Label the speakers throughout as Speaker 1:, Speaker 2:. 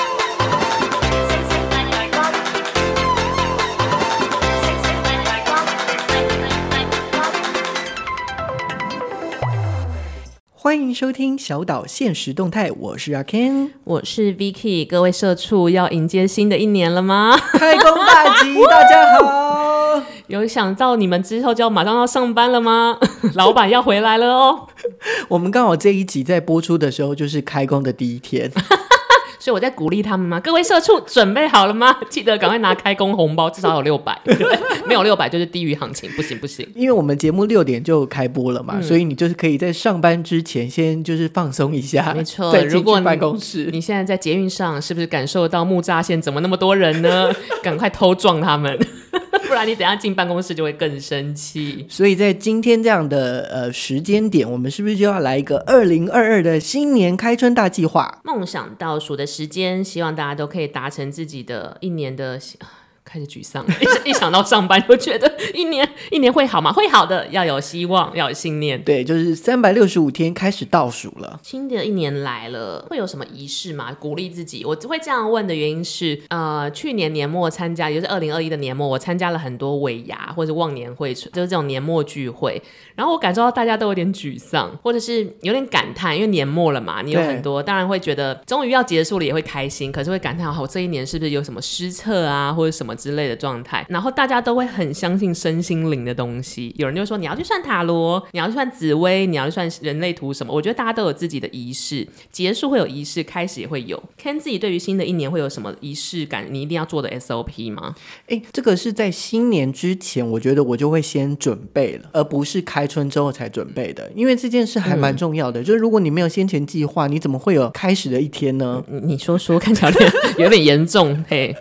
Speaker 1: 星星發亮光，星星發亮光，發亮光。
Speaker 2: 欢迎收听小岛现实动态，我是阿 Ken，
Speaker 3: 我是 Vicky，各位社畜要迎接新的一年了吗？
Speaker 2: 开工大吉，大家好。
Speaker 3: 有想到你们之后就要马上要上班了吗？ 老板要回来了哦，
Speaker 2: 我们刚好这一集在播出的时候就是开工的第一 天，
Speaker 3: 所以我在鼓励他们嘛。各位社畜准备好了吗？记得赶快拿开工红包，至少有六 百，没有六百就是低于行情，不行不行。
Speaker 2: 因为我们节目六点就开播了嘛，
Speaker 3: 嗯
Speaker 2: 所以你就是可以在上班之前先就是放松一下，
Speaker 3: 没错
Speaker 2: 再进
Speaker 3: 如果
Speaker 2: 去
Speaker 3: 你
Speaker 2: 办 公室。
Speaker 3: 你现在在捷运上是不是感受到木栅线怎么那么多人呢？ 赶快偷撞他们， 不然你等一下进办公室就会更生气。
Speaker 2: 所以在今天这样的呃时间点，我们是不是就要来一个二零二二的新年开春大计划？
Speaker 3: 梦想倒数的时间，希望大家都可以达成自己的一年的。开始沮丧了， 一想一想到上班就觉得一年一年会好吗？会好的，要有希望，要有信念。
Speaker 2: 对，就是三百六十五天开始倒数了。
Speaker 3: 新的一年来了，会有什么仪式吗？鼓励自己，我会这样问的原因是，呃，去年年末参加，也就是二零二一的年末，我参加了很多尾牙或者忘年会，就是这种年末聚会。然后我感受到大家都有点沮丧，或者是有点感叹，因为年末了嘛，你有
Speaker 2: 对
Speaker 3: 很多，当然会觉得终于要结束了，也会开心，可是会感叹，好，我这一年是不是有什么失策啊，或者什么之类的状态？然后大家都会很相信身心灵的东西，有人就说你要去算塔罗，你要去算紫薇，你要去算人类图什么。我觉得大家都有自己的仪式，结束会有仪式，开始也会有。Ken 自己对于新的一年会有什么仪式感？你一定要做的 SOP 吗？
Speaker 2: 诶，这个是在新年之前，我觉得我就会先准备了，而不是开春之后才准备的，因为这件事还
Speaker 3: 嗯
Speaker 2: 蛮重要的。就是如果你没有先前计划，你怎么会有开始的一天呢？
Speaker 3: 你你说说，看起来有点 有点严重。嘿，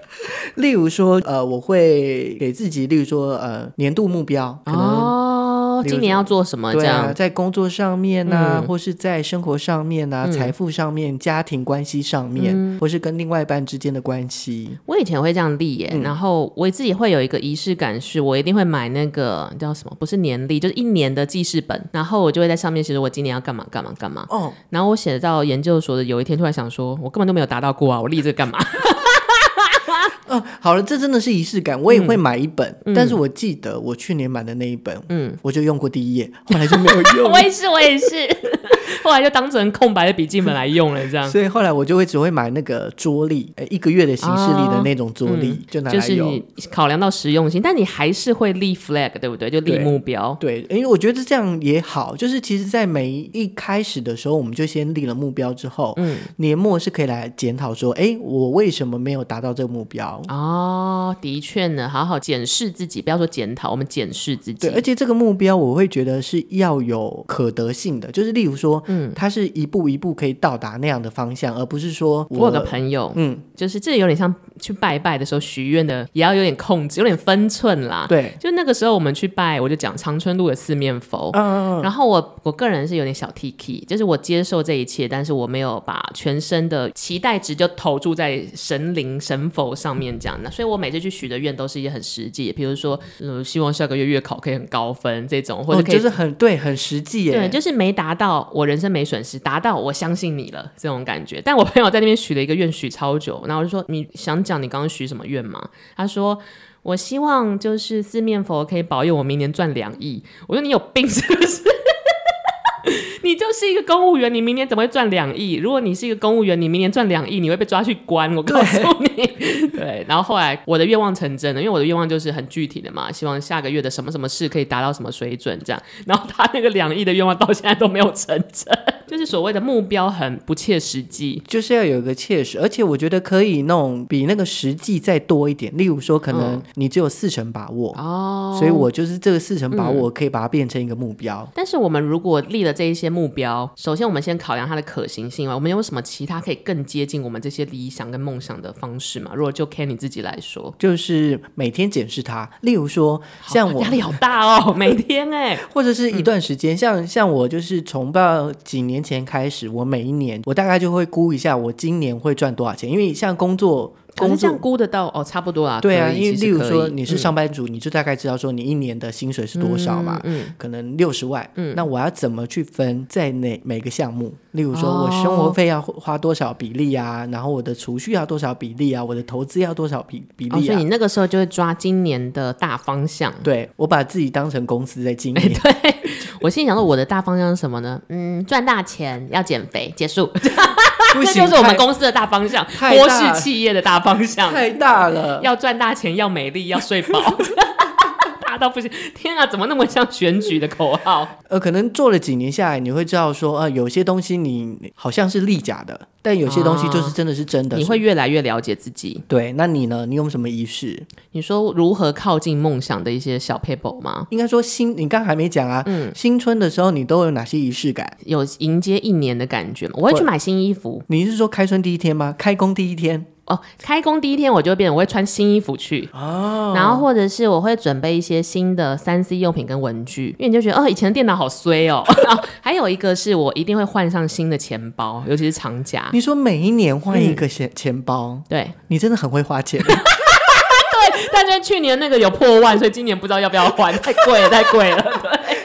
Speaker 2: 例如说，呃，我会给自己，例如说，呃，年度目标，可能、
Speaker 3: 哦，
Speaker 2: 比如
Speaker 3: 今年要做什么？这
Speaker 2: 对啊，
Speaker 3: 样
Speaker 2: 在工作上面啊，
Speaker 3: 嗯
Speaker 2: 或是在生活上面啊，财富上面、家庭关系上面，
Speaker 3: 嗯
Speaker 2: 或是跟另外一半之间的关系。
Speaker 3: 我以前会这样立耶，
Speaker 2: 嗯
Speaker 3: 然后我自己会有一个仪式感，是我一定会买那个叫什么，不是年历，就是一年的记事本，然后我就会在上面写着我今年要干嘛干嘛干嘛。
Speaker 2: 哦，
Speaker 3: 然后我写到研究所的有一天，突然想说，我根本都没有达到过啊，我立这个干 嘛？
Speaker 2: 嗯，好了，这真的是仪式感。我也会
Speaker 3: 嗯
Speaker 2: 买一本，但是我记得我去年买的那一本，嗯，我就用过第一页，后来就没有用。
Speaker 3: 也是， 我也是。 后来就当成空白的笔记本来用了，这样。
Speaker 2: 所以后来我就会只会买那个桌历，呃，一个月的形式历的那种桌历，就拿
Speaker 3: 哦嗯就
Speaker 2: 来
Speaker 3: 是
Speaker 2: 用。
Speaker 3: 你考量到实用性，但你还是会立 flag，对不对？就立
Speaker 2: 对
Speaker 3: 目标。
Speaker 2: 对，因为我觉得这样也好，就是其实，在每一开始的时候，我们就先立了目标之后，嗯，年末是可以来检讨说，哎，我为什么没有达到这个目标？
Speaker 3: 哦，的确呢，好好检视自己，不要说检讨，我们检视自己
Speaker 2: 对，。而且这个目标我会觉得是要有可得性的，就是例如说，嗯，它是一步一步可以到达那样的方向，而不是说
Speaker 3: 我
Speaker 2: 我
Speaker 3: 有个朋友，
Speaker 2: 嗯，
Speaker 3: 就是这有点像去拜拜的时候许愿的，也要有点控制，有点分寸啦。，
Speaker 2: 对，
Speaker 3: 就那个时候我们去拜，我就讲长春路的四面佛。
Speaker 2: 嗯，
Speaker 3: 然后我我个人是有点小 T K，就是我接受这一切，但是我没有把全身的期待值就投注在神灵神佛上面这样的，那所以我每次去许的愿都是一些很实际的，比如说，呃，希望下个月月考可以很高分这种，或者
Speaker 2: 哦，
Speaker 3: 可以、
Speaker 2: 就是很对，很实际耶，
Speaker 3: 对，就是没达到，我人生没损失；达到，我相信你了，这种感觉。但我朋友在那边许了一个愿，许超久，然后我就说：“你想讲你刚刚许什么愿吗？”他说：“我希望就是四面佛可以保佑我明年赚两亿。”我说：“你有病是不是？” 你就是一个公务员，你明年怎么会赚两亿？如果你是一个公务员，你明年赚两亿，你会被抓去关。我告诉你，对。然后后来我的愿望成真了，因为我的愿望就是很具体的嘛，希望下个月的什么什么事可以达到什么水准这样。然后他那个两亿的愿望到现在都没有成真， 就是所谓的目标很不切实际。
Speaker 2: 就是要有一个切实，而且我觉得可以弄比那个实际再多一点。例如说，可能你只有四成把握，
Speaker 3: 嗯哦嗯
Speaker 2: 所以我就是这个四成把握，可以把它变成一个目标。
Speaker 3: 但是我们如果立了这一些目标，首先我们先考量它的可行性嘛，我们有什么其他可以更接近我们这些理想跟梦想的方式嘛？如果就 Ken 你自己来说，
Speaker 2: 就是每天检视它，例如说像我
Speaker 3: 压，力好大哦，每天哎、
Speaker 2: 或者是一段时间，像像我就是从不知道几年年前开始，我每一年我大概就会估一下我今年会赚多少钱，因为像工作
Speaker 3: 可
Speaker 2: 工
Speaker 3: 是这
Speaker 2: 作
Speaker 3: 样估得到哦，差不多啊。
Speaker 2: 对啊，
Speaker 3: 可以
Speaker 2: 因为
Speaker 3: 其实
Speaker 2: 例如
Speaker 3: 可以
Speaker 2: 说你是
Speaker 3: 嗯
Speaker 2: 上班族，你就大概知道说你一年的薪水是多少嘛，
Speaker 3: 嗯
Speaker 2: 可能六十万，那我要怎么去分在哪每个项目？例如说
Speaker 3: 哦
Speaker 2: 我生活费要花多少比例啊，然后我的储蓄要多少比例啊，我的投资要多少比比
Speaker 3: 哦，
Speaker 2: 例
Speaker 3: 所以
Speaker 2: 啊？
Speaker 3: 你那个时候就会抓今年的大方向。
Speaker 2: 对我把自己当成公司在经
Speaker 3: 哎
Speaker 2: 营，
Speaker 3: 我心里想说，我的大方向是什么呢？嗯，赚大钱，要减肥，结束，
Speaker 2: 不
Speaker 3: 这
Speaker 2: 行，
Speaker 3: 就是我们
Speaker 2: 太
Speaker 3: 公司的大方向，
Speaker 2: 太
Speaker 3: 波
Speaker 2: 大
Speaker 3: 氏企业的大方向。
Speaker 2: 太大了。
Speaker 3: 要赚大钱，要美丽，要睡饱， 大到不行！天啊，怎么那么像选举的口号？
Speaker 2: 呃，可能做了几年下来，你会知道说，呃，有些东西你好像是立假的，但有些东西就是真的是真的。
Speaker 3: 啊你会越来越了解自己。
Speaker 2: 对？那你呢？你有什么仪式？
Speaker 3: 你说如何靠近梦想的一些小 paper 吗？
Speaker 2: 应该说新，你刚刚还没讲啊。
Speaker 3: 嗯
Speaker 2: 新春的时候你都有哪些仪式感？
Speaker 3: 有迎接一年的感觉吗？我会去买新衣服
Speaker 2: 你是说开春第一天吗？开工第一天？
Speaker 3: 哦。开工第一天我就会变成我会穿新衣服去，
Speaker 2: 哦，
Speaker 3: 然后或者是我会准备一些新的三 C 用品跟文具，因为你就觉得哦，以前的电脑好衰哦。 然后还有一个是我一定会换上新的钱包，尤其是长夹。
Speaker 2: 啊你说每一年换
Speaker 3: 嗯
Speaker 2: 一个钱、钱包，
Speaker 3: 对，
Speaker 2: 你真的很会 花钱。
Speaker 3: 但是去年那个有破万，所以今年不知道要不要还，太贵了，太贵了。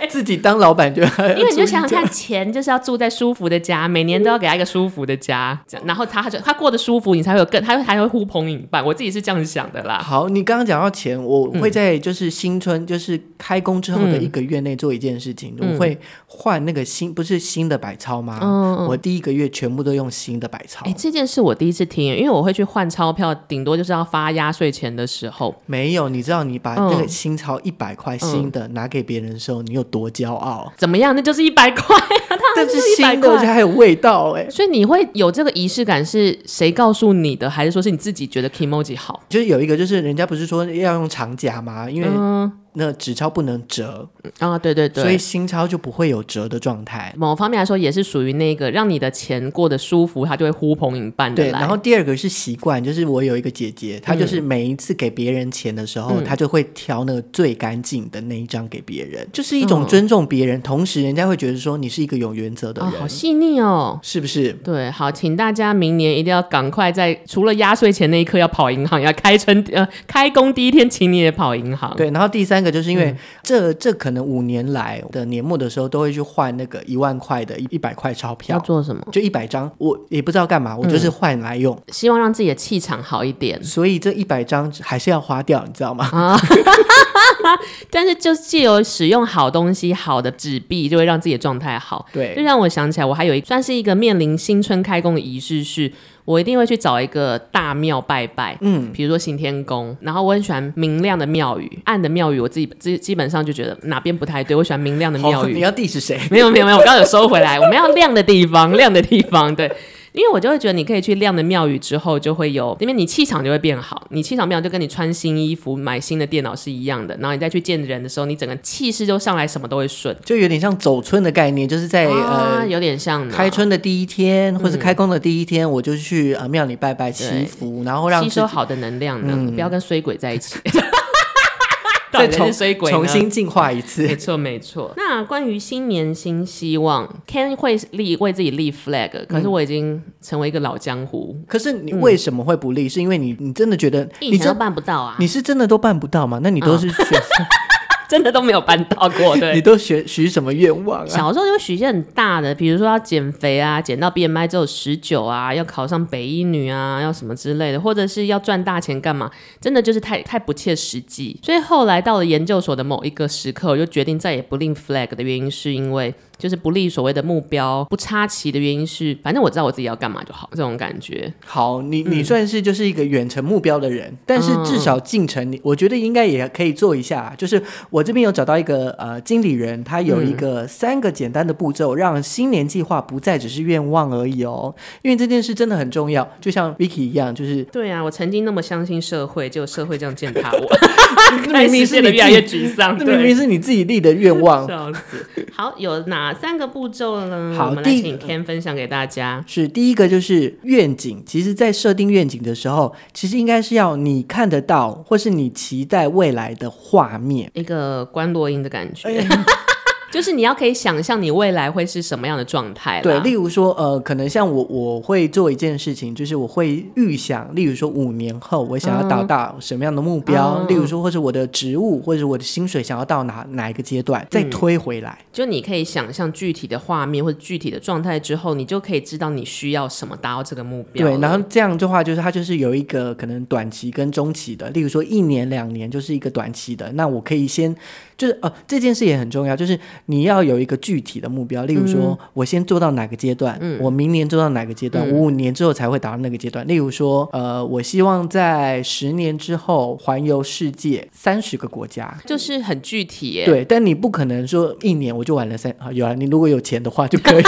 Speaker 2: 自己当老板就因
Speaker 3: 因为你就想想看，钱就是要住在舒服的家，每年都要给他一个舒服的家，这样然后他他就他过得舒服，你才会有更，他会还会呼朋引伴。我自己是这样想的啦。
Speaker 2: 好，你刚刚讲到钱，我
Speaker 3: 嗯
Speaker 2: 会在就是新春，就是开工之后的一个月内做一件事情，
Speaker 3: 嗯
Speaker 2: 我会换那个新，不是新的百钞吗？
Speaker 3: 嗯嗯
Speaker 2: 我第一个月全部都用新的百钞
Speaker 3: 哎、，这件事我第一次听，因为我会去换钞票，顶多就是要发压岁钱的时候。
Speaker 2: 没有，你知道你把那个
Speaker 3: 嗯
Speaker 2: 新钞一百块新的拿给别人的时候，你有多骄傲？
Speaker 3: 怎么样？那就是一百块。
Speaker 2: 但是
Speaker 3: 100
Speaker 2: 新的而
Speaker 3: 块
Speaker 2: 且还有味道哎、
Speaker 3: 所以你会有这个仪式感，是谁告诉你的，还是说是你自己觉得 Kimoji 好？
Speaker 2: 就是有一个，就是人家不是说要用长夹吗？因为
Speaker 3: 嗯
Speaker 2: 那纸钞不能折，
Speaker 3: 啊，对对对，
Speaker 2: 所以新钞就不会有折的状态。
Speaker 3: 某方面来说，也是属于那个让你的钱过得舒服，它就会呼朋引伴的
Speaker 2: 对，
Speaker 3: 来。嗯
Speaker 2: 然后第二个是习惯，就是我有一个姐姐，她就是每一次给别人钱的时候，她就会挑那个最干净的那一张给别人，就是一种
Speaker 3: 嗯
Speaker 2: 尊重别人，同时人家会觉得说你是一个有原则的
Speaker 3: 啊、
Speaker 2: 人，
Speaker 3: 好细腻哦。
Speaker 2: 是不是？
Speaker 3: 对，好，请大家明年一定要赶快在除了压岁钱那一刻要跑银行，要开春呃开工第一天，请你也跑银行。，
Speaker 2: 对，然后第三个就是因
Speaker 3: 嗯
Speaker 2: 为这、这可能五年来的年末的时候都会去换那个一万块的一百块钞
Speaker 3: 要
Speaker 2: 票，
Speaker 3: 做什么？
Speaker 2: 就一百张，我也不知道干嘛，我
Speaker 3: 嗯
Speaker 2: 就是换来用。
Speaker 3: 希望让自己的气场好一点
Speaker 2: 所以这一百张还是要花掉，你知道吗？
Speaker 3: 啊。但是就借由使用好东西、好的纸币，就会让自己的状态好。这
Speaker 2: 对，
Speaker 3: 让我想起来，我还有一算是一个面临新春开工的仪式是，我一定会去找一个大庙拜拜，嗯，比如说行天宫，然后我很喜欢明亮的庙宇，暗的庙宇我自己基基本上就觉得哪边不太对，我喜欢明亮的庙
Speaker 2: 好，你
Speaker 3: 宇。
Speaker 2: 要 diss 谁？
Speaker 3: 没有没有没有，我刚刚有收回来，我们要亮的地方，亮的地方，对。因为我就会觉得，你可以去亮的庙宇之后，就会有，因为你气场就会变好，你气场变好，就跟你穿新衣服、买新的电脑是一样的。然后你再去见人的时候，你整个气势就上来，什么都会顺。
Speaker 2: 就有点像走春的概念，就是在、
Speaker 3: 啊，
Speaker 2: 呃
Speaker 3: 有点像呢
Speaker 2: 开春的第一天，或是开工的第一天，我就去呃庙里拜拜祈
Speaker 3: 对
Speaker 2: 福，然后让
Speaker 3: 吸
Speaker 2: 自己嗯
Speaker 3: 收好的能量呢，不要跟衰鬼在一 起。到
Speaker 2: 再
Speaker 3: 底谁
Speaker 2: 重
Speaker 3: 是衰鬼呢
Speaker 2: 重新进化一次
Speaker 3: 没。错没错。那关于新年新希望，Ken 会立为自己立
Speaker 2: 嗯
Speaker 3: flag，可是我已经成为一个老江湖，
Speaker 2: 可是你为什么会不利？是因为你你真的觉得
Speaker 3: 一
Speaker 2: 你
Speaker 3: 年都
Speaker 2: 真
Speaker 3: 办不到啊
Speaker 2: 你，是真的都办不到吗？那你都是许、
Speaker 3: 真 的都没有办到过。
Speaker 2: 你
Speaker 3: 对，
Speaker 2: 都许许什么愿 望啊？
Speaker 3: 小时候就许一些很大的，比如说要减肥啊，减到 BMI 只有十九啊，要考上北一女啊，要什么之类的，或者是要赚大钱干嘛，真的就是太太不切实际。所以后来到了研究所的某一个时刻，我就决定再也不立 flag 的原因，是因为就是不立所谓的目标，不插旗的原因是，反正我知道我自己要干嘛就好，这种感觉。
Speaker 2: 好，你
Speaker 3: 嗯
Speaker 2: 你算是就是一个远程目标的人，但是至少近程，你我觉得应该也可以做一下。啊就是我这边有找到一个呃经理人，他有一
Speaker 3: 嗯
Speaker 2: 个三个简单的步骤，让新年计划不再只是愿望而已哦。因为这件事真的很重要，就像 Vicky 一样，就是
Speaker 3: 对啊，我曾经那么相信社会，结果社会这样践踏我，
Speaker 2: 明明是
Speaker 3: 变得
Speaker 2: 你自己
Speaker 3: 越来越沮 丧。
Speaker 2: 这明明是你自己立的愿望，
Speaker 3: 笑死！好，有哪三个步骤呢？
Speaker 2: 好
Speaker 3: 我们来
Speaker 2: 第一
Speaker 3: 请 Ken 分享给大家。
Speaker 2: 是第一个就是愿景。其实，在设定愿景的时候，其实应该是要你看得到，或是你期待未来的画面。
Speaker 3: 一个关落音的感觉，
Speaker 2: 哎
Speaker 3: 就是你要可以想象你未来会是什么样的状态啦。
Speaker 2: 对，例如说，呃，可能像我，我会做一件事情，就是我会预想，例如说五年后我想要达到什么样的目标，
Speaker 3: 嗯
Speaker 2: 例如说，或者我的职务，或者我的薪水想要到哪哪一个阶段，
Speaker 3: 嗯
Speaker 2: 再推回来。
Speaker 3: 就你可以想象具体的画面或者具体的状态之后，你就可以知道你需要什么达到这个目标了。
Speaker 2: 对，然后这样的话，就是它就是有一个可能短期跟中期的，例如说一年两年就是一个短期的，那我可以先就是呃这件事也很重要，就是你要有一个具体的目标，例如说我先做到哪个阶段，我明年做到哪个阶段，我五年之后才会达到那个阶段。例如说呃，我希望在十年之后环游世界三十个国家。
Speaker 3: 就是很具体耶。
Speaker 2: 对，但你不可能说一年我就玩了三啊，有啊，你如果有钱的话就可以。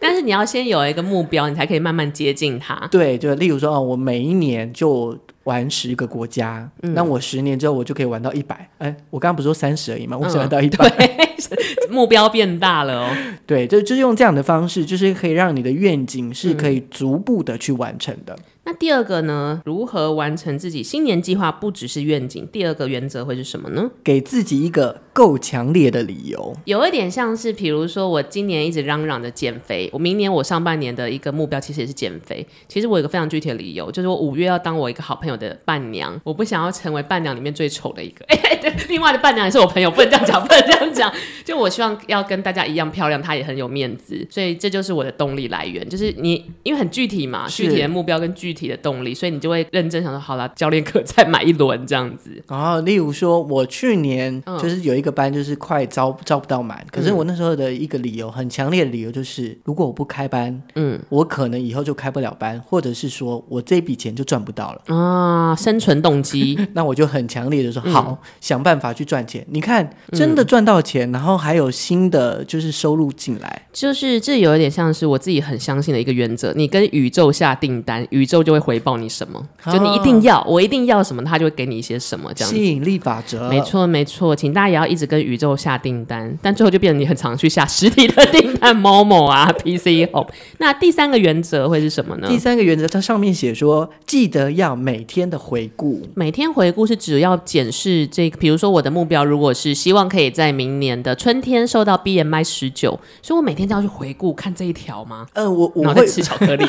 Speaker 3: 但是你要先有一个目标，你才可以慢慢接近它。
Speaker 2: 对，就例如说，哦，我每一年就玩十个国家，
Speaker 3: 嗯
Speaker 2: 那我十年之后我就可以玩到一百。哎，我刚刚不是说三十而已
Speaker 3: 嗯
Speaker 2: 嘛，我只玩到一百、
Speaker 3: 目标变大了哦。
Speaker 2: 对，就就是用这样的方式，就是可以让你的愿景是可以逐步的去完成的。
Speaker 3: 那第二个呢？如何完成自己新年计划？不只是愿景，第二个原则会是什么呢？
Speaker 2: 给自己一个够强烈的理由，
Speaker 3: 有一点像是，比如说我今年一直嚷嚷着减肥，我明年我上半年的一个目标其实也是减肥。其实我有一个非常具体的理由，就是我五月要当我一个好朋友的伴娘，我不想要成为伴娘里面最丑的一个。 哎、对，另外的伴娘也是我朋友，不能这样讲，不能这样讲。就我希望要跟大家一样漂亮，她也很有面子，所以这就是我的动力来源。就是你因为很具体嘛，
Speaker 2: 是
Speaker 3: 具体的目标跟具体的动力，所以你就会认真想说，好了，教练课再买一轮这样子。
Speaker 2: 然后，例如说，我去年
Speaker 3: 嗯
Speaker 2: 就是有一个班，就是快招招不到满，可是我那时候的一个理由，很强烈的理由就是，如果我不开班，
Speaker 3: 嗯
Speaker 2: 我可能以后就开不了班，或者是说我这笔钱就赚不到了。
Speaker 3: 啊，生存动机。
Speaker 2: 那我就很强烈的
Speaker 3: 嗯
Speaker 2: 说，好，想办法去赚钱。你看，真的赚到钱，然后还有新的就是收入进来。
Speaker 3: 就是这有一点像是我自己很相信的一个原则，你跟宇宙下订单，宇宙就会回报你什么，
Speaker 2: 哦
Speaker 3: 就你一定要，我一定要什么，它就会给你一些什么这样子。
Speaker 2: 吸引力法则，
Speaker 3: 没。错，没错，请大家也要一直跟宇宙下订单，但最后就变成你很常去下实体的订单，某某啊，PC Home。那第三个原则会是什么呢？
Speaker 2: 第三个原则，它上面写说，记得要每天的回顾。
Speaker 3: 每天回顾是只要检视这个，比如说我的目标如果是希望可以在明年的春天瘦到 BMI 十九，所以我每天都要去回顾看这一条吗？
Speaker 2: 嗯，我我
Speaker 3: 然后再
Speaker 2: 会，
Speaker 3: 吃巧克力。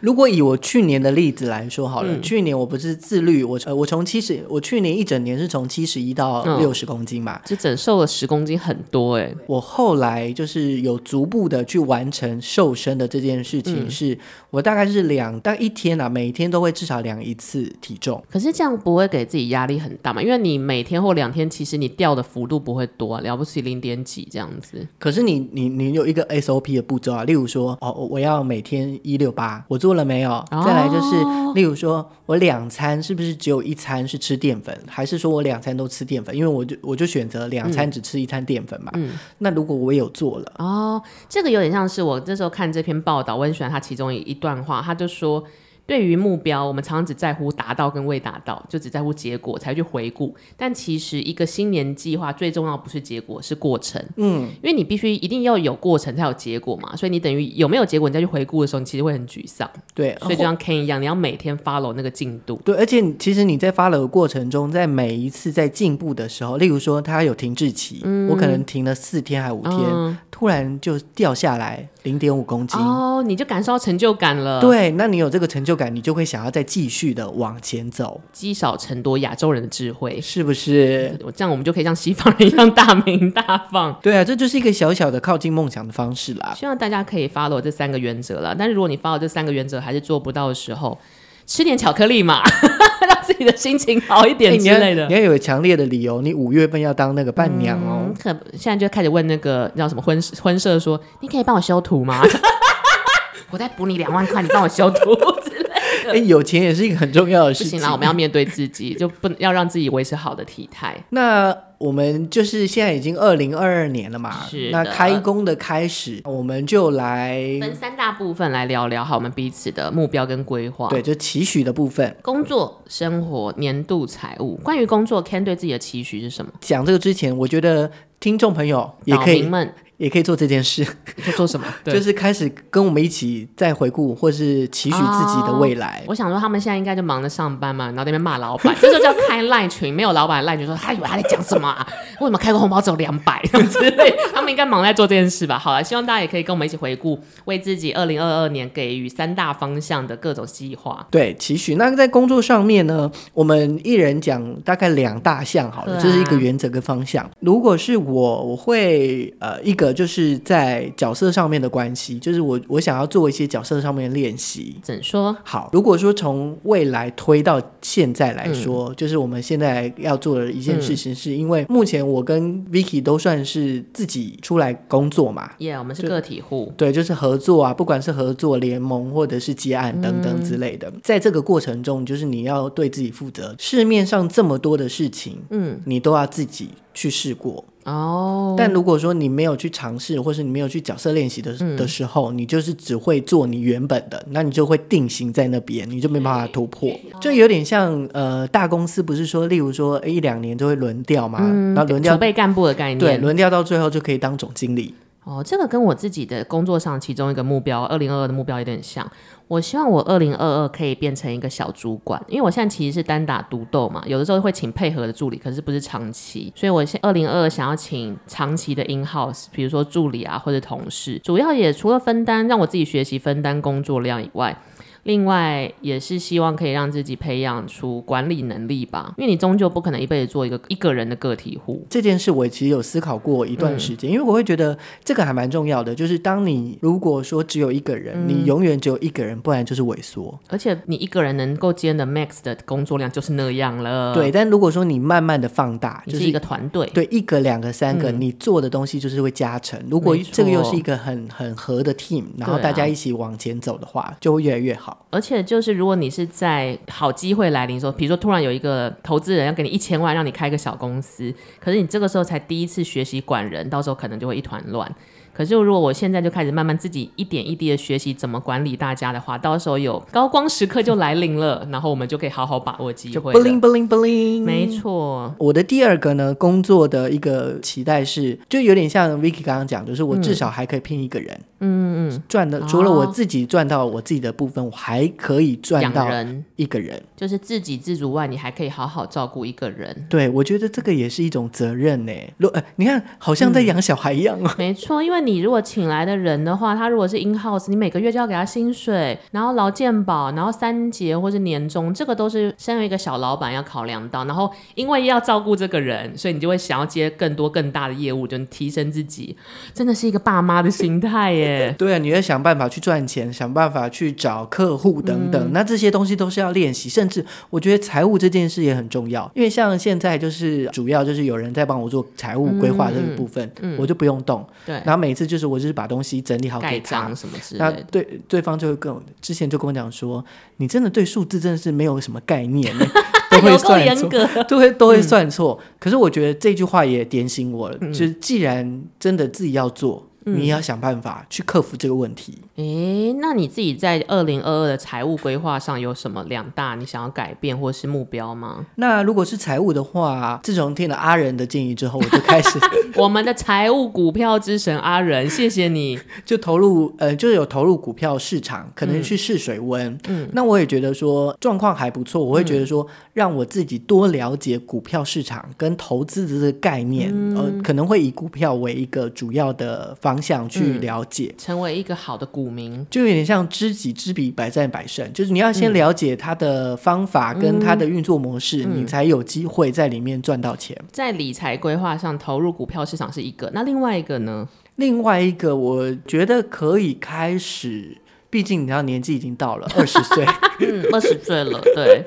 Speaker 2: 如果以我去年的例子来说好
Speaker 3: 嗯
Speaker 2: 了，去年我不是自律，我呃我从七十，我去年一整年是从七十一到
Speaker 3: 嗯
Speaker 2: 六十公斤嘛，
Speaker 3: 就整瘦了十公斤，很多哎、
Speaker 2: 我后来就是有逐步的去完成瘦身的这件事
Speaker 3: 嗯
Speaker 2: 情是，我大概是两，大概一天啊，每天都会至少量一次体重。
Speaker 3: 可是这样不会给自己压力很大嘛？因为你每天或两天，其实你掉的幅度不会多、啊，了不起零点几这样子。
Speaker 2: 可是你你你有一个 SOP 的步骤啊，例如说哦，我我要每天一六八，我做了没有？
Speaker 3: 哦
Speaker 2: 再来就是，例如说我两餐是不是只有一餐是吃淀粉，还是说我两餐都吃淀粉？因为我就我就选择两
Speaker 3: 嗯
Speaker 2: 餐只吃一餐淀粉嘛。那如果我有做了，
Speaker 3: 哦，这个有点像是我这时候看这篇报道，我很喜欢他其中一一段话，他就说，对于目标，我们常常只在乎达到跟未达到，就只在乎结果才去回顾。但其实一个新年计划最重要不是结果，是过程。嗯，因为你必须一定要有过程才有结果嘛，所以你等于有没有结果，你再去回顾的时候，你其实会很沮丧。
Speaker 2: 对，
Speaker 3: 所以就像 Ken 一样，你要每天 follow 那个进度。
Speaker 2: 对，而且你其实你在发了的过程中，在每一次在进步的时候，例如说它有停滞期，我可能停了四天还五天，
Speaker 3: 嗯
Speaker 2: 突然就掉下来零点五公斤。
Speaker 3: 哦，你就感受到成就感了。，
Speaker 2: 对，那你有这个成就感，你就会想要再继续的往前走，
Speaker 3: 积少成多，亚洲人的智慧。
Speaker 2: 是不是？
Speaker 3: 我这样我们就可以像西方人一样大名大放。
Speaker 2: 对啊，这就是一个小小的靠近梦想的方式啦。
Speaker 3: 希望大家可以 follow 这三个原则了。但是如果你 follow 这三个原则还是做不到的时候，吃点巧克力嘛， 让自己的心情好一
Speaker 2: 哎
Speaker 3: 点
Speaker 2: 你
Speaker 3: 之
Speaker 2: 要
Speaker 3: 类的。
Speaker 2: 你要有强烈的理由，你五月份要当那个伴娘哦。
Speaker 3: 嗯，可现在就开始问那个叫什么婚婚社说，你可以帮我修图吗？ 我再补你两万块，你帮我修图之类的
Speaker 2: 哎、有钱也是一个很重要的
Speaker 3: 嗯不
Speaker 2: 事情。啊
Speaker 3: 行啦，我们要面对自 己，就不能要让自己维持好的体态。
Speaker 2: 那我们就是现在已经二零二二年了嘛，
Speaker 3: 是
Speaker 2: 那
Speaker 3: 的
Speaker 2: 开工的开始，我们就来
Speaker 3: 分三大部分来聊聊好我们彼此的目标跟规划。
Speaker 2: 对，，就期许的部分。
Speaker 3: 工作、生活、年度财务。关于工作，Ken 对自己的期许是什么？
Speaker 2: 讲这个之前，我觉得听众朋友也
Speaker 3: 岛
Speaker 2: 可以
Speaker 3: 民们
Speaker 2: 也可以做这件事，
Speaker 3: 做做 什么？对
Speaker 2: 就是开始跟我们一起再回顾，或是期许自己的
Speaker 3: 哦
Speaker 2: 未来。
Speaker 3: 我想说，他们现在应该就忙着上班嘛，然后在那边骂老板，这就叫开赖群。没有老板赖群说，他哎以为他在讲什么啊？为什么开个红包只有两百 之类？他们应该忙在做这件事吧？好了，希望大家也可以跟我们一起回顾，为自己二零二二年给予三大方向的各种计划。
Speaker 2: 对，期许。那在工作上面呢，我们一人讲大概两大项好了，
Speaker 3: 对啊
Speaker 2: 这是一个原则跟方向。如果是我，我会呃，一个就是在角色上面的关系，就是我我想要做一些角色上面的练习。
Speaker 3: 怎说？
Speaker 2: 好，如果说从未来推到现在来说，就是我们现在要做的一件事情，是因为目前我跟 Vicky 都算是自己出来工作嘛，
Speaker 3: 耶、我们是
Speaker 2: 就
Speaker 3: 个体户，
Speaker 2: 对，就是合作啊，不管是合作联盟或者是接案等等
Speaker 3: 嗯
Speaker 2: 之类的，在这个过程中，就是你要对自己负责。市面上这么多的事情，
Speaker 3: 嗯，
Speaker 2: 你都要自己去试过。
Speaker 3: 哦，
Speaker 2: 但如果说你没有去尝试，或是你没有去角色练习的、
Speaker 3: 嗯
Speaker 2: 的时候，你就是只会做你原本的，那你就会定型在那边，你就没办法突破。
Speaker 3: 哦
Speaker 2: 就有点像呃，大公司不是说，例如说诶一两年就会轮调嘛，然后轮
Speaker 3: 储
Speaker 2: 调
Speaker 3: 备干部的概念，
Speaker 2: 对轮调到最后就可以当总经理。
Speaker 3: 哦，这个跟我自己的工作上其中一个目标，二零二二的目标有点像。我希望我二零二二可以变成一个小主管，因为我现在其实是单打独斗嘛，有的时候会请配合的助理，可是不是长期，所以我现二零二二想要请长期的 in house，比如说助理啊或者同事，主要也除了分担让我自己学习分担工作量以外。另外，也是希望可以让自己培养出管理能力吧，因为你终究不可能一辈子做一个一个人的个体户。
Speaker 2: 这件事我其实有思考过一
Speaker 3: 嗯
Speaker 2: 段时间，因为我会觉得这个还蛮重要的，就是当你如果说只有一个人，
Speaker 3: 嗯
Speaker 2: 你永远只有一个人，不然就是萎缩。
Speaker 3: 而且你一个人能够兼的 max 的工作量就是那样了。
Speaker 2: 对，，但如果说你慢慢的放大，
Speaker 3: 你
Speaker 2: 就是是
Speaker 3: 一个团队。
Speaker 2: 对一个、两个、三个，你做的东西就是会加成。如
Speaker 3: 嗯
Speaker 2: 果
Speaker 3: 没错
Speaker 2: 这个又是一个很很合的 team，然后
Speaker 3: 对啊
Speaker 2: 大家一起往前走的话，就会越来越好。
Speaker 3: 而且就是，如果你是在好机会来临的时候，比如说突然有一个投资人要给你一千万，让你开个小公司，可是你这个时候才第一次学习管人，到时候可能就会一团乱。可是如果我现在就开始慢慢自己一点一滴的学习怎么管理大家的话，到时候有高光时刻就来临 了，然后我们就可以好好把握机
Speaker 2: 就
Speaker 3: 会
Speaker 2: b 灵
Speaker 3: 了。
Speaker 2: b 灵 b 灵，
Speaker 3: 没错，
Speaker 2: 我的第二个呢，工作的一个期待是，就有点像 Vicky 刚刚讲，就是我至少还可以拼一个人，嗯嗯，赚的除了我自己赚到我自己的部分，我还可以赚
Speaker 3: 养
Speaker 2: 到
Speaker 3: 人
Speaker 2: 一个人。
Speaker 3: 就是自给自足外，你还可以好好照顾一个人。
Speaker 2: 对，我觉得这个也是一种责任呢。如呃，你看，好像在养小孩一样 哦。。
Speaker 3: 没错，因为你如果请来的人的话，他如果是 in house，你每个月就要给他薪水，然后劳健保，然后三节或是年终，这个都是身为一个小老板要考量到。然后因为要照顾这个人，所以你就会想要接更多更大的业务，就提升自己，真的是一个爸妈的心态耶
Speaker 2: 对啊，你要想办法去赚钱，想办法去找客户等等，那这些东西都是要练习。甚至我觉得财务这件事也很重要，因为像现在就是主要就是有人在帮我做财务规划这个部分，我就不用动。
Speaker 3: 对，
Speaker 2: 然后每次就是我就是把东西整理好
Speaker 3: 盖
Speaker 2: 给他
Speaker 3: 章，什么之类
Speaker 2: 那
Speaker 3: 的。
Speaker 2: 对对方就会跟我之前就跟我讲说，你真的对数字真的是没有什么概念 呢，都会
Speaker 3: 有够
Speaker 2: 算
Speaker 3: 严
Speaker 2: 错，
Speaker 3: 格，嗯
Speaker 2: 都会都会算错。可是我觉得这句话也点醒我了，就是既然真的自己要做，
Speaker 3: 嗯
Speaker 2: 你也要想办法去克服这个问题。
Speaker 3: 诶，那你自己在二零二二的财务规划上有什么两大你想要改变或是目标吗？
Speaker 2: 那如果是财务的话，自从听了阿仁的建议之后，我就开始
Speaker 3: 我们的财务股票之神阿仁，谢谢你。
Speaker 2: 就投入，呃，就是有投入股票市场，可能去试水温。嗯，那我也觉得说状况还不错，我会觉得说让我自己多了解股票市场跟投资的这个概念，呃，可能会以股票为一个主要的方向去了解。
Speaker 3: 成为一个好的股民。
Speaker 2: 就有点像知己知彼，百战百胜。就是你要先了解它的方法跟它的运作模式，你才有机会在里面赚到钱。
Speaker 3: 在理财规划上投入股票市场是一个，那另外一个呢？
Speaker 2: 另外一个，我觉得可以开始，毕竟你知道年纪已经到了二十岁，
Speaker 3: 嗯，二十岁了，对，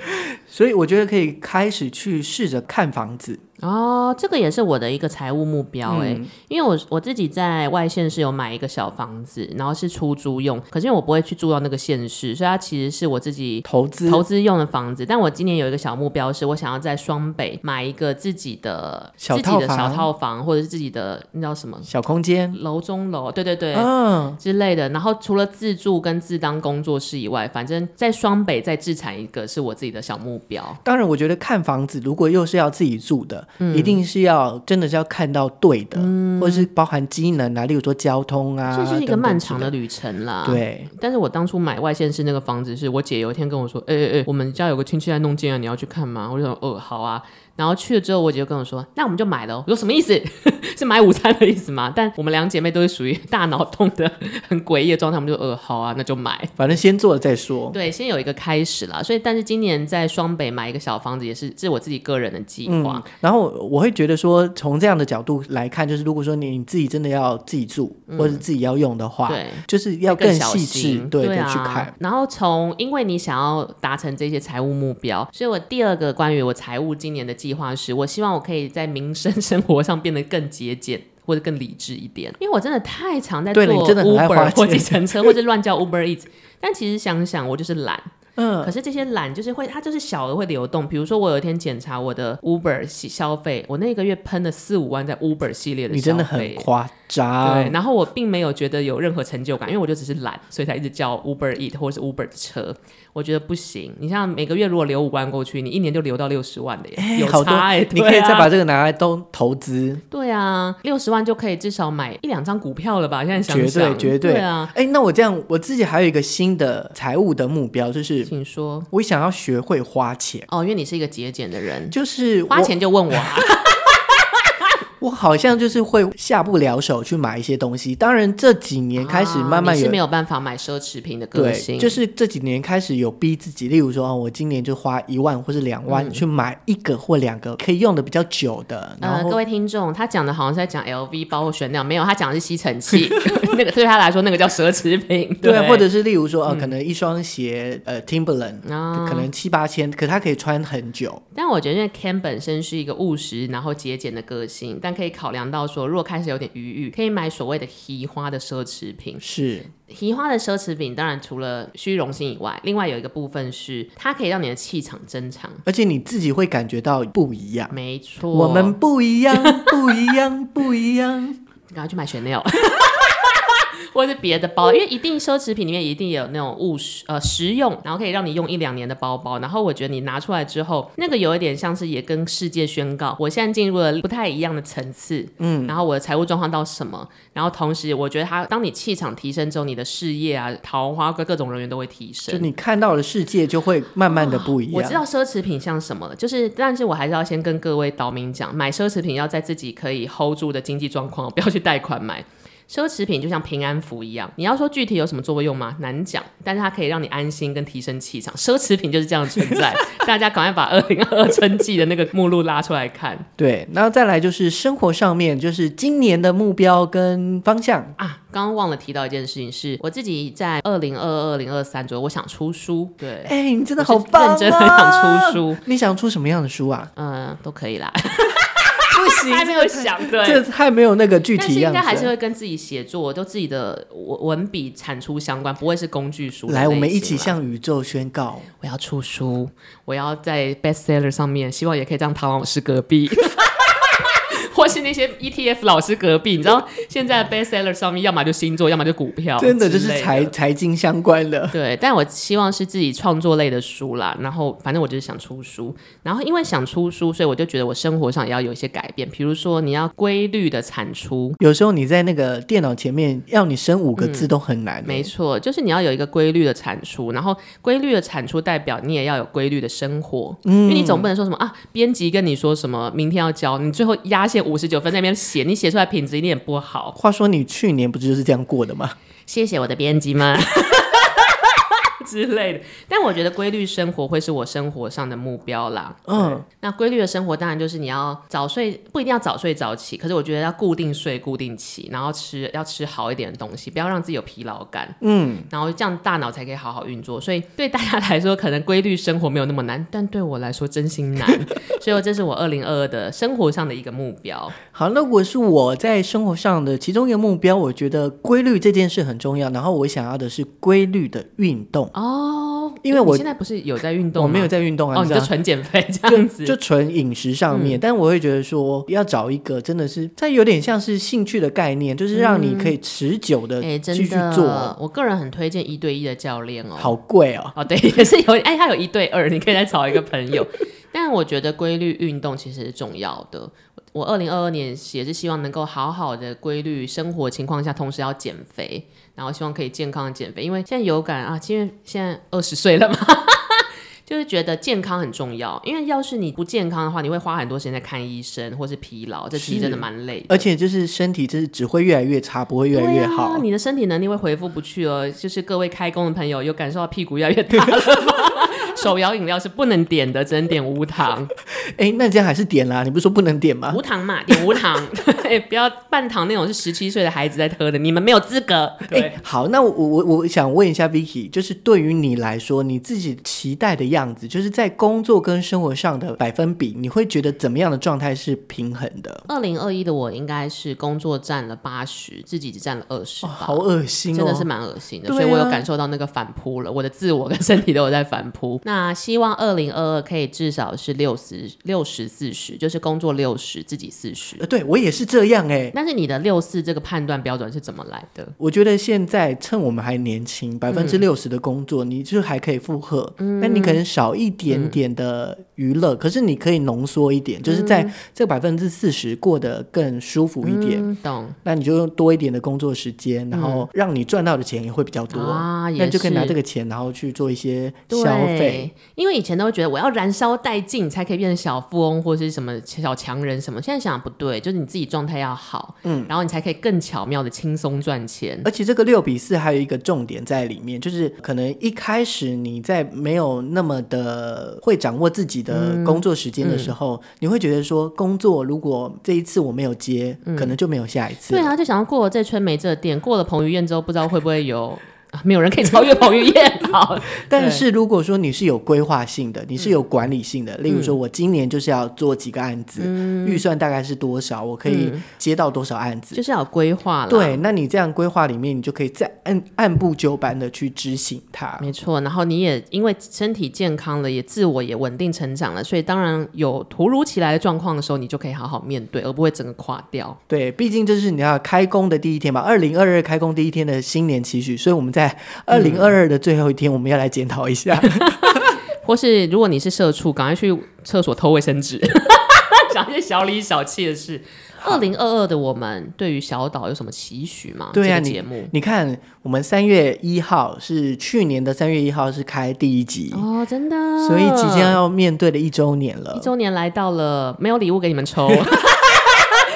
Speaker 2: 所以我觉得可以开始去试着看房子。
Speaker 3: 哦，这个也是我的一个财务目标哎、因为我我自己在外县市有买一个小房子，然后是出租用，可是因为我不会去住到那个县市，所以它其实是我自己
Speaker 2: 投资
Speaker 3: 投资用的房子。但我今年有一个小目标，是我想要在双北买一个自己的
Speaker 2: 小
Speaker 3: 自己的小
Speaker 2: 套房
Speaker 3: 套房，或者是自己的那叫什么
Speaker 2: 小空间，
Speaker 3: 楼中楼，对对对，
Speaker 2: 嗯，
Speaker 3: 之类的。然后除了自助跟自当工作室以外，反正在双北再自产一个是我自己的小目标。
Speaker 2: 当然，我觉得看房子如果又是要自己住的，
Speaker 3: 嗯
Speaker 2: 一定是要真的是要看到对的，或者是包含机能啊，例如说交通啊，
Speaker 3: 这就是一个
Speaker 2: 等等
Speaker 3: 漫长
Speaker 2: 之
Speaker 3: 的啊
Speaker 2: 类
Speaker 3: 旅程啦。。
Speaker 2: 对，
Speaker 3: 但是我当初买外县市那个房子，是我姐有一天跟我说：“哎哎哎，我们家有个亲戚在弄建啊，你要去看吗？”我就说：“哦，好啊。”然后去了之后，我姐就跟我说：“那我们就买了哦。”我说：“什么意思？ 是买午餐的意思吗？”但我们两姐妹都是属于大脑洞的很诡异的状态，我们就呃好啊，那就买。
Speaker 2: 反正先做了再说。
Speaker 3: 对，先有一个开始啦。所以，但是今年在双北买一个小房子，也是这是我自己个人的计划。
Speaker 2: 嗯然后我会觉得说，从这样的角度来看，就是如果说你自己真的要自己住、或者自己要用的
Speaker 3: 嗯
Speaker 2: 话，
Speaker 3: 对，
Speaker 2: 就是要
Speaker 3: 更小
Speaker 2: 细致
Speaker 3: 心，
Speaker 2: 对的、
Speaker 3: 啊、
Speaker 2: 去看。。
Speaker 3: 然后从因为你想要达成这些财务目标，所以我第二个关于我财务今年的计划是，我希望我可以在民生 生活上变得更节俭。或者更理智一点，因为我真的太常在做
Speaker 2: 对了你真的很爱花
Speaker 3: Uber
Speaker 2: 钱
Speaker 3: 或计程车，或者乱叫 Uber Eats。但 其实想想，我就是懒，
Speaker 2: 嗯，
Speaker 3: 可是这些懒就是会，它就是小的会流动。比如说，我有一天检查我的 Uber 系消费，我那个月喷了四五万在 Uber 系列的消费，
Speaker 2: 你真的很夸
Speaker 3: 对，
Speaker 2: 张。
Speaker 3: 然后我并没有觉得有任何成就感，因为我就只是懒，所以才一直叫 Uber Eat 或者是 Uber 的车。我觉得不行，你像每个月如果留五万过去，你一年就留到六十万的耶，
Speaker 2: 哎
Speaker 3: 有
Speaker 2: 好多
Speaker 3: 差哎、
Speaker 2: 你可以
Speaker 3: 对啊
Speaker 2: 再把这个拿来都投资，
Speaker 3: 对啊，六十万就可以至少买一两张股票了吧？现在想
Speaker 2: 绝对
Speaker 3: 想，
Speaker 2: 绝
Speaker 3: 对
Speaker 2: 对
Speaker 3: 啊，！
Speaker 2: 哎，那我这样，我自己还有一个新的财务的目标，就是
Speaker 3: 请说
Speaker 2: 我想要学会花钱。
Speaker 3: 哦，因为你是一个节俭的人，
Speaker 2: 就是
Speaker 3: 花
Speaker 2: 我，
Speaker 3: 钱就问我、啊，
Speaker 2: 我好像就是会下不了手去买一些东西。当然这几年开始慢
Speaker 3: 啊
Speaker 2: 慢
Speaker 3: 你
Speaker 2: 有
Speaker 3: 是没有办法买奢侈品的个
Speaker 2: 对，
Speaker 3: 性，
Speaker 2: 就是这几年开始有逼自己，例如说，哦、我今年就花一万或是两
Speaker 3: 嗯
Speaker 2: 万去买一个或两个可以用的比较久的，然
Speaker 3: 呃，
Speaker 2: 后、
Speaker 3: 各位听众，他讲的好像是在讲 LV 包括悬吊，没有，他讲的是吸尘器， 那个对他来说那个叫奢侈品，
Speaker 2: 对
Speaker 3: 对，嗯
Speaker 2: 或者是例如说，呃，可能一双鞋，呃，Timberland，、
Speaker 3: 啊
Speaker 2: 可能七八千，可它可以穿很久。
Speaker 3: 但我觉得，因为 Ken 本身是一个务实然后节俭的个性，但可以考量到说，如果开始有点余裕，可以买所谓的提花的奢侈品。
Speaker 2: 是，
Speaker 3: 提花的奢侈品当然除了虚荣心以外，另外有一个部分是它可以让你的气场增强。
Speaker 2: 而且你自己会感觉到不一样。
Speaker 3: 没错，
Speaker 2: 我们不一样， 不一样，不一样。
Speaker 3: 赶快去买 Chanel，或者是别的包，因为一定奢侈品里面一定有那种务实呃实用，然后可以让你用一两年的包包。然后我觉得你拿出来之后，那个有一点像是也跟世界宣告，我现在进入了不太一样的层次，嗯，然后我的财务状况到什么，然后同时我觉得它，当你气场提升之后，你的事业啊、桃花跟各种人员都会提
Speaker 2: 就
Speaker 3: 升。
Speaker 2: 你看到的世界就会慢慢的不一样。
Speaker 3: 我知道奢侈品像什么了，就是，但是我还是要先跟各位岛民讲，买奢侈品要在自己可以 hold 住的经济状况，不要去贷款买。奢侈品就像平安符一样，你要说具体有什么作用吗？难讲，但是它可以让你安心跟提升气场。奢侈品就是这样的存 在，大家赶快把二零二二春季的那个目录拉出来看
Speaker 2: 对，然后再来就是生活上面，就是今年的目标跟方向。
Speaker 3: 啊！刚刚忘了提到一件事情是，我自己在二零二二、二零二三左右，我想出书，对，
Speaker 2: 哎、你真的
Speaker 3: 我是
Speaker 2: 好棒、啊！
Speaker 3: 认真很想出书，
Speaker 2: 你想出什么样的书啊？
Speaker 3: 嗯、都可以啦，
Speaker 2: 不 行
Speaker 3: 还没有想对，
Speaker 2: 这太没有那个具
Speaker 3: 但是
Speaker 2: 体
Speaker 3: 应
Speaker 2: 样子啊
Speaker 3: 该
Speaker 2: 了。
Speaker 3: 还是会跟自己写作，都自己的文文笔产出相关，不会是工具书的类型啦。
Speaker 2: 来，我们一起向宇宙宣告，
Speaker 3: 我要出书，我要在 bestseller 上面，希望也可以这样唐老师隔壁。 或是那些 ETF 老师隔壁，你知道现在 bestseller 上面，要么就星座，要么就股票，
Speaker 2: 真的就是财。财经相关的。
Speaker 3: 对，但我希望是自己创作类的书啦。然后，反正我就是想出书。然后，因为想出书，所以我就觉得我生活上也要有一些改变，比如说你要规律的产出，
Speaker 2: 有时候你在那个电脑前面要你生五个字都很难、
Speaker 3: 嗯
Speaker 2: 欸
Speaker 3: 没错，就是你要有一个规律的产出，然后规律的产出代表你也要有规律的生活，因为你总不能说什么啊，编辑跟你说什么明天要交，你最后压线五十九分在那边写，你写出来品质一定也不好。
Speaker 2: 话说你去年不就是这样过的吗？
Speaker 3: 谢谢我的编辑们。之类的，但我觉得规律生活会是我生活上的目标啦。
Speaker 2: 嗯，
Speaker 3: 那规律的生活当然就是你要早睡，不一定要早睡早起，可是我觉得要固定睡、固定起，然后吃要吃好一点的东西，不要让自己有疲劳感。嗯，然后这样大脑才可以好好运作。所以对大家来说，可能规律生活没有那么难，但对我来说真心难。所以这是我二零二二的生活上的一个目标。
Speaker 2: 好，那如果是我在生活上的其中一个目标，我觉得规律这件事很重要。然后我想要的是规律的运动，
Speaker 3: 哦，
Speaker 2: 因为我
Speaker 3: 你现在不是有在运动吗？
Speaker 2: 我没有在运动啊，
Speaker 3: 哦，
Speaker 2: 你
Speaker 3: 你
Speaker 2: 知道
Speaker 3: 就纯减肥这样子。
Speaker 2: 就 纯饮食上
Speaker 3: 嗯
Speaker 2: 面，但我会觉得说，要找一个真的是，它有点像是兴趣的概念，就是让你可以持久的
Speaker 3: 哎、
Speaker 2: 呃继
Speaker 3: 真
Speaker 2: 续
Speaker 3: 的，
Speaker 2: 做，
Speaker 3: 我个人很推荐一对一的教练哦。
Speaker 2: 好贵哦。
Speaker 3: 哦，对，也是有，哎，他有一对二，你可以再找一个朋友。但我觉得规律运动其实是重要的。我二零二二年也是希望能够好好的规律生活情况下，同时要减肥，然后希望可以健康的减肥，因为现在有感啊，因为现在二十岁了嘛。 就是觉得健康很重要，因为要是你不健康的话，你会花很多时间在看医生或是疲劳，这其实
Speaker 2: 是
Speaker 3: 真的蛮累的。
Speaker 2: 而且就是身体就是只会越来越差，不会越来越好。
Speaker 3: 对啊，你的身体能力会恢复不去哦。就是各位开工的朋友，有感受到屁股越来越大了 吗？手摇饮料是不能点的，只能点无糖，
Speaker 2: 哎、那你这样还是点啦？你不是说不能点吗？
Speaker 3: 无糖嘛，点无糖， 对，不要半糖那种是十七岁的孩子在喝的，你们没有资格。
Speaker 2: 哎、
Speaker 3: 对，
Speaker 2: 好，那我我我想问一下 Vicky，就是对于你来说，你自己期待的样子，就是在工作跟生活上的百分比，你会觉得怎么样的状态是平衡的？
Speaker 3: 二零二一的我应该是工作占了八十，自己只占了二十
Speaker 2: 哦、
Speaker 3: 吧。
Speaker 2: 好恶心哦！
Speaker 3: 真的是蛮恶心的，
Speaker 2: 对啊
Speaker 3: 所以我有感受到那个反扑了，我的自我跟身体都有在反扑。那希望二零二二可以至少是六十六十四十，就是工作六十，自己四十。
Speaker 2: 呃，对我也是这样哎、
Speaker 3: 但是你的六四这个判断标准是怎么来的？
Speaker 2: 我觉得现在趁我们还年轻，百分
Speaker 3: 嗯
Speaker 2: 之六十的工作，你就还可以负荷。那、你可能少一
Speaker 3: 嗯
Speaker 2: 点点的娱乐，可是你可以浓缩一点，就是在这百分之四十过得更舒服一点。
Speaker 3: 嗯懂
Speaker 2: 那你就用多一点的工作时间，然后让你赚到的钱也会比较多，
Speaker 3: 嗯啊，也
Speaker 2: 那
Speaker 3: 是
Speaker 2: 你就可以拿这个钱，然后去做一些
Speaker 3: 对
Speaker 2: 消费。，
Speaker 3: 因为以前都会觉得我要燃烧殆尽才可以变成小富翁或是什么小强人什么，现在想不对，就是你自己状态要好，嗯，然后你才可以更巧妙的轻松赚钱。
Speaker 2: 而且这个六比四还有一个重点在里面，就是可能一开始你在没有那么的会掌握自己
Speaker 3: 嗯
Speaker 2: 的工作时间的时候，你会觉得说工作如果这一次我没有接，可能就没有下一次。
Speaker 3: 对，啊，就想要过了这村没这店，过了彭于晏之后，不知道会不会有、啊、没有人可以超越彭于晏。好，
Speaker 2: 但是如果说你是有规划性的，你是有管理性的，
Speaker 3: 嗯
Speaker 2: 例如说我今年就是要做几个案子，预算大概是多少，我可
Speaker 3: 嗯
Speaker 2: 以接到多少案子。
Speaker 3: 就是要有规划了。
Speaker 2: 对，那你这样规划里面，你就可以再按按部就班的去执行它。
Speaker 3: 没错，然后你也因为身体健康了，也自我也稳定成长了，所以当然有突如其来的状况的时候，你就可以好好面对，而不会整个垮掉。
Speaker 2: 对，毕竟这是你要开工的第一天嘛，二零二二开工第一天的新年期许，所以我们在二零二二的最后一天，我们要来检讨 一下。
Speaker 3: 或是如果你是社畜，赶快去厕所偷卫生纸， 讲一些小里小气的事。二零二二的我们对于小岛有什么期许吗？
Speaker 2: 对啊
Speaker 3: 这个节目
Speaker 2: 你看，我们三月一号是去年的三月一号是开第一集，
Speaker 3: 哦，真的，
Speaker 2: 所以即将要面对的一周年了
Speaker 3: 一。周年来到了，没有礼物给你们抽。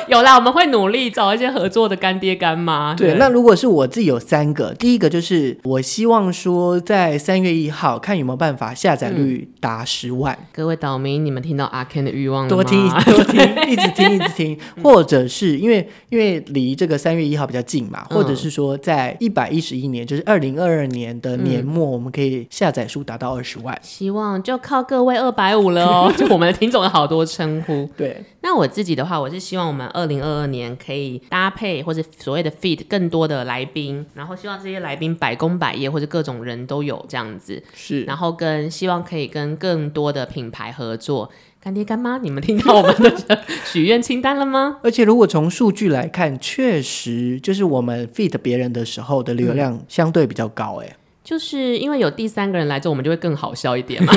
Speaker 3: 有啦，我们会努力找一些合作的干爹干妈。
Speaker 2: 对，那如果是我自己有三个，第一个就是我希望说，在三月一号看有没有办法下载率达十万，
Speaker 3: 各位岛民，你们听到阿 Ken 的欲望了吗？
Speaker 2: 多听一多听， 一直听一直听，
Speaker 3: 嗯
Speaker 2: 或者是因为因为离这个三月一号比较近嘛，
Speaker 3: 嗯
Speaker 2: 或者是说在一百一十一年，就是二零二二年的年末，我们可以下载数达到二十万。
Speaker 3: 希望就靠各位二百五了 哦，就我们的听众有好多称呼。
Speaker 2: 对，
Speaker 3: 那我自己的话，我是希望我们二零二二年可以搭配或者所谓的 feed 更多的来宾，然后希望这些来宾百工百业或者各种人都有这样子，
Speaker 2: 是
Speaker 3: 然后跟希望可以跟更多的品牌合作。干爹干妈，你们听到我们的许愿清单了吗？
Speaker 2: 而且如果从数据来看，确实就是我们 feed 别人的时候的流量相对比较 高、哎、
Speaker 3: 就是因为有第三个人来之后，我们就会更好笑一点嘛。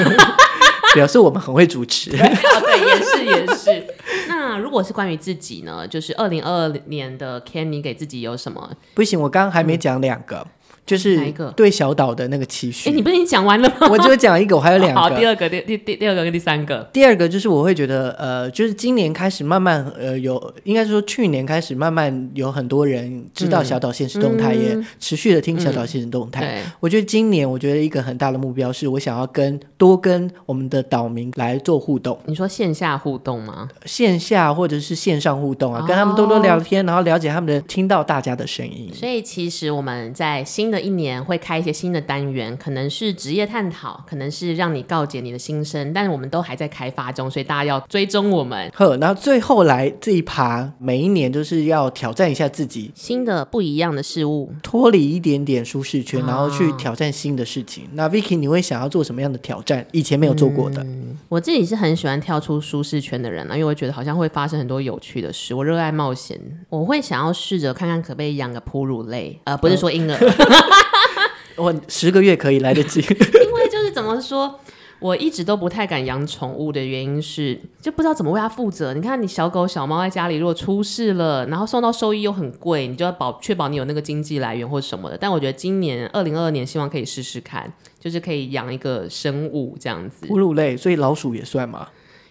Speaker 2: 表示我们很会主持。
Speaker 3: 哦，对，也是也是。 那如果是关于自己呢？就是二零二二年的 Ken，你给自己有什么？
Speaker 2: 不行，我刚刚还没讲两个，就
Speaker 3: 哪
Speaker 2: 是
Speaker 3: 一个
Speaker 2: 对小岛的那个期许。
Speaker 3: 哎，你不是已经讲完了吗？
Speaker 2: 我只讲一个，我还有 两
Speaker 3: 好，
Speaker 2: 个
Speaker 3: 第。二个，第第第第二个跟第三个。
Speaker 2: 第二个就是我会觉得，呃，就是今年开始慢慢，呃，有应该说去年开始慢慢有很多人知道小岛现实动态，也持续的听小岛现实动态。
Speaker 3: 对，
Speaker 2: 我觉得今年我觉得一个很大的目标是我想要跟多跟我们的岛民来做互动，
Speaker 3: 你说线下互动吗？
Speaker 2: 线下或者是线上互动啊，跟他们
Speaker 3: 哦
Speaker 2: 多多聊天，然后了解他们的，听到大家的声音。
Speaker 3: 所以其实我们在新的一年会开一些新的单元，可能是职业探讨，可能是让你告解你的心声，但是我们都还在开发中，所以大家要追踪我们。
Speaker 2: 呵，然后最后来这一趴，每一年就是要挑战一下自己，
Speaker 3: 新的不一样的事物，
Speaker 2: 脱离一点点舒适圈，
Speaker 3: 啊
Speaker 2: 然后去挑战新的事情。那 Vicky，你会想要做什么样的挑战？以前没有做过的，
Speaker 3: 我自己是很喜欢跳出舒适圈的人啊，因为我觉得好像会发生很多有趣的事。我热爱冒险，我会想要试着看看可不可以养个哺乳类，呃，不是 说婴儿，
Speaker 2: 我十个月可以来得及。
Speaker 3: 因为就是怎么说，我一直都不太敢养宠物的原因是，就不知道怎么为它负责。你看，你小狗、小猫在家里如果出事了，然后送到兽医又很贵，你就要保确保你有那个经济来源或什么的。但我觉得今年二零二二年，希望可以试试看，就是可以养一个生物这样子，
Speaker 2: 哺乳类，所以老鼠也算嘛。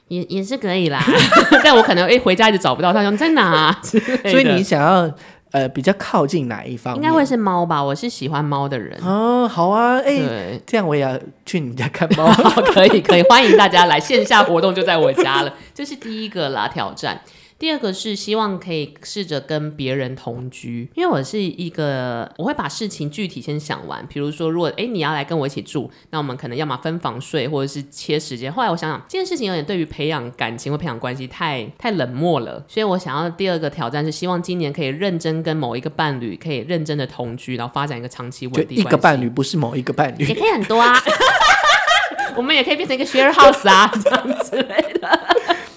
Speaker 3: 也也是可以啦。 但我可能哎、回家一直找不到它，想你在哪、啊？之类的
Speaker 2: 所以你想要呃比较靠近哪一方
Speaker 3: 应
Speaker 2: 面？
Speaker 3: 该会是猫吧？我是喜欢猫的人。
Speaker 2: 啊，好啊，哎、
Speaker 3: 对，
Speaker 2: 这样我也要去你们家看 猫。
Speaker 3: 好，可以可以，欢迎大家来线下活动就在我家了， 这是第一个啦挑战。第二个是希望可以试着跟别人同居，因为我是一个我会把事情具体先想完，比如说如果诶你要来跟我一起住，那我们可能要么分房睡，或者是切时间。后来我想想这件事情有点对于培养感情或培养关系太太冷漠了，所以我想要第二个挑战是希望今年可以认真跟某一个伴侣可以认真的同居，然后发展一个长期稳
Speaker 2: 就
Speaker 3: 定关系。
Speaker 2: 一个伴侣，不是某一个伴
Speaker 3: 也
Speaker 2: 侣。
Speaker 3: 可以很多 啊。我们也可以变成一个 share house 啊，这样之类的。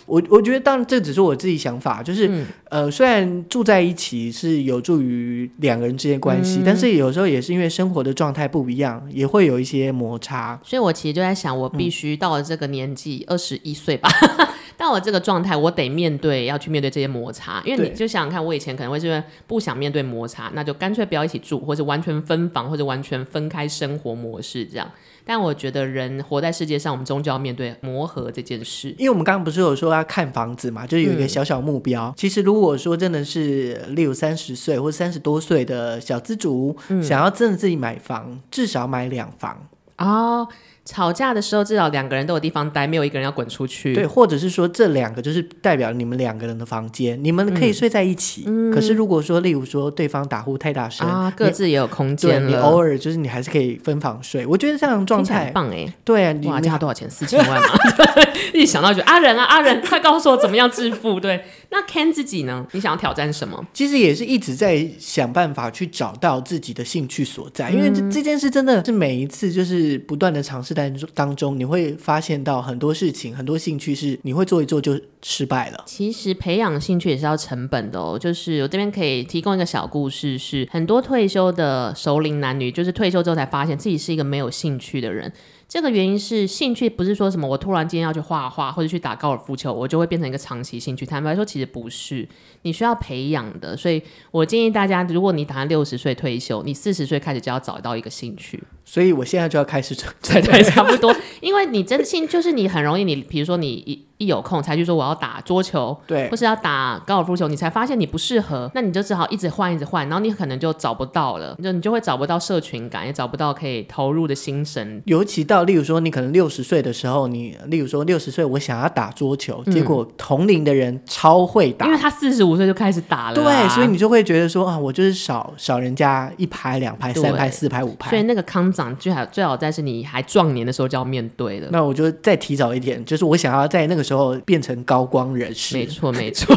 Speaker 2: 我我觉得，当然这只是我自己想法，就是、
Speaker 3: 嗯
Speaker 2: 呃，虽然住在一起是有助于两个人之间的关
Speaker 3: 嗯
Speaker 2: 系，但是有时候也是因为生活的状态不一样，也会有一些摩擦。
Speaker 3: 所以我其实就在想，我必须到了这个年纪，二十一岁吧， 到了这个状态，我得面对要去面对这些摩擦。因为
Speaker 2: 对
Speaker 3: 你就想想看，我以前可能会是因为不想面对摩擦，那就干脆不要一起住，或者完全分房，或者完全分开生活模式这样。但我觉得人活在世界上，我们终究要面对磨合这件事。
Speaker 2: 因为我们刚刚不是有说要看房子嘛，就是有
Speaker 3: 嗯
Speaker 2: 一个小小目标。其实如果说真的是，例如三十岁或三十多岁的小资族，
Speaker 3: 嗯
Speaker 2: 想要真的自己买房，至少买两房，
Speaker 3: 哦，吵架的时候至少两个人都有地方待，没有一个人要滚出去。
Speaker 2: 对，或者是说这两个就是代表你们两个人的房间，你们
Speaker 3: 嗯
Speaker 2: 可以睡在一起。可是如果说，例如说对方打呼太大声，
Speaker 3: 啊，
Speaker 2: 你
Speaker 3: 各自也有空
Speaker 2: 对
Speaker 3: 间了。
Speaker 2: 你偶尔就是你还是可以分房睡，我觉得这样的状
Speaker 3: 听起来很
Speaker 2: 态，
Speaker 3: 棒哎、
Speaker 2: 对啊，你
Speaker 3: 哇，
Speaker 2: 你
Speaker 3: 加多少钱？四千万嘛！ 一想到就阿仁啊，阿仁，快告诉我怎么样致富？对，那 Ken 自己呢？你想要挑战什么？
Speaker 2: 其实也是一直在想办法去找到自己的兴趣所在，
Speaker 3: 嗯
Speaker 2: 因为这这件事真的是每一次就是不断的尝试当中当中，你会发现到很多事情，很多兴趣是你会做一做就失败了。
Speaker 3: 其实培养兴趣也是要成本的哦。就是我这边可以提供一个小故事是，很多退休的熟龄男女，就是退休之后才发现自己是一个没有兴趣的人。这个原因是兴趣不是说什么我突然间要去画画或者去打高尔夫球，我就会变成一个长期兴趣。坦白说，其实不是，你需要培养的。所以我建议大家，如果你打算六十岁退休，你四十岁开始就要找到一个兴趣。
Speaker 2: 所以我现在就要开始准
Speaker 3: 对对，差不多。因为你真的兴就是你很容易你，比如说你一一有空才去说我要打桌球，
Speaker 2: 对
Speaker 3: 或是要打高尔夫球，你才发现你不适合，那你就只好一直换，一直换，然后你可能就找不到了，就你就会找不到社群感，也找不到可以投入的心神。
Speaker 2: 尤其到，例如说，你可能六十岁的时候，你例如说六十岁，我想要打桌球，结果同龄的人超会打
Speaker 3: 嗯因，为他四十五岁就开始打了啊、
Speaker 2: 对，所以你就会觉得说啊，我就是少少人家一排、两排、
Speaker 3: 对
Speaker 2: 三排、四排、五
Speaker 3: 所以
Speaker 2: 排。
Speaker 3: 那个康长最好最好在是你还壮年的时候就要面对了。
Speaker 2: 那我就再提早一点，就是我想要在那个时候变成高光人
Speaker 3: 没
Speaker 2: 士，
Speaker 3: 错，没 错。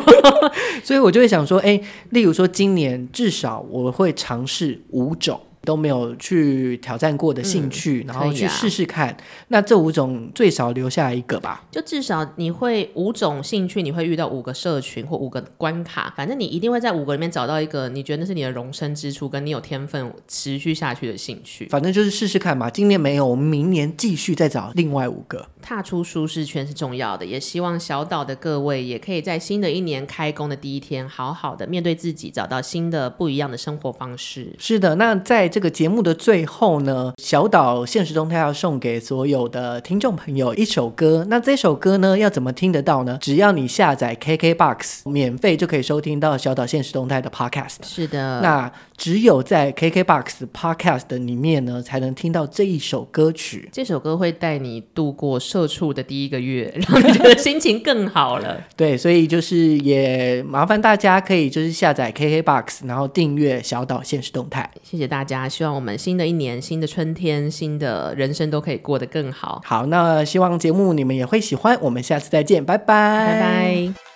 Speaker 2: 所以我就会想说，哎，例如说今年至少我会尝试五种都没有去挑战过的兴趣，然后
Speaker 3: 可以
Speaker 2: 去
Speaker 3: 啊
Speaker 2: 试试看。那这五种最少留下一个吧。
Speaker 3: 就至少你会五种兴趣，你会遇到五个社群或五个关卡，反正你一定会在五个里面找到一个你觉得那是你的容身之处，跟你有天分持续下去的兴趣。
Speaker 2: 反正就是试试看嘛，今年没有，我们明年继续再找另外五个。
Speaker 3: 踏出舒适圈是重要的，也希望小岛的各位也可以在新的一年开工的第一天，好好的面对自己，找到新的不一样的生活方式。
Speaker 2: 是的，那在这个节目的最后呢，小岛现实中他要送给所有的听众朋友一首歌。那这首歌呢，要怎么听得到呢？只要你下载 KKBOX，免费就可以收听到小岛现实动态的 Podcast。
Speaker 3: 是的，
Speaker 2: 那只有在 KKBOX Podcast 里面呢，才能听到这一首歌曲。
Speaker 3: 这首歌会带你度过社畜的第一个月，让你觉得心情更好了。
Speaker 2: 对，所以就是也麻烦大家可以就是下载 KKBOX，然后订阅小岛现实动态。
Speaker 3: 谢谢大家，希望我们新的一年、新的春天、新的人生都可以过得更好。
Speaker 2: 好，那希望节目你们也会喜欢，我们下次再见，拜拜，
Speaker 3: 拜拜。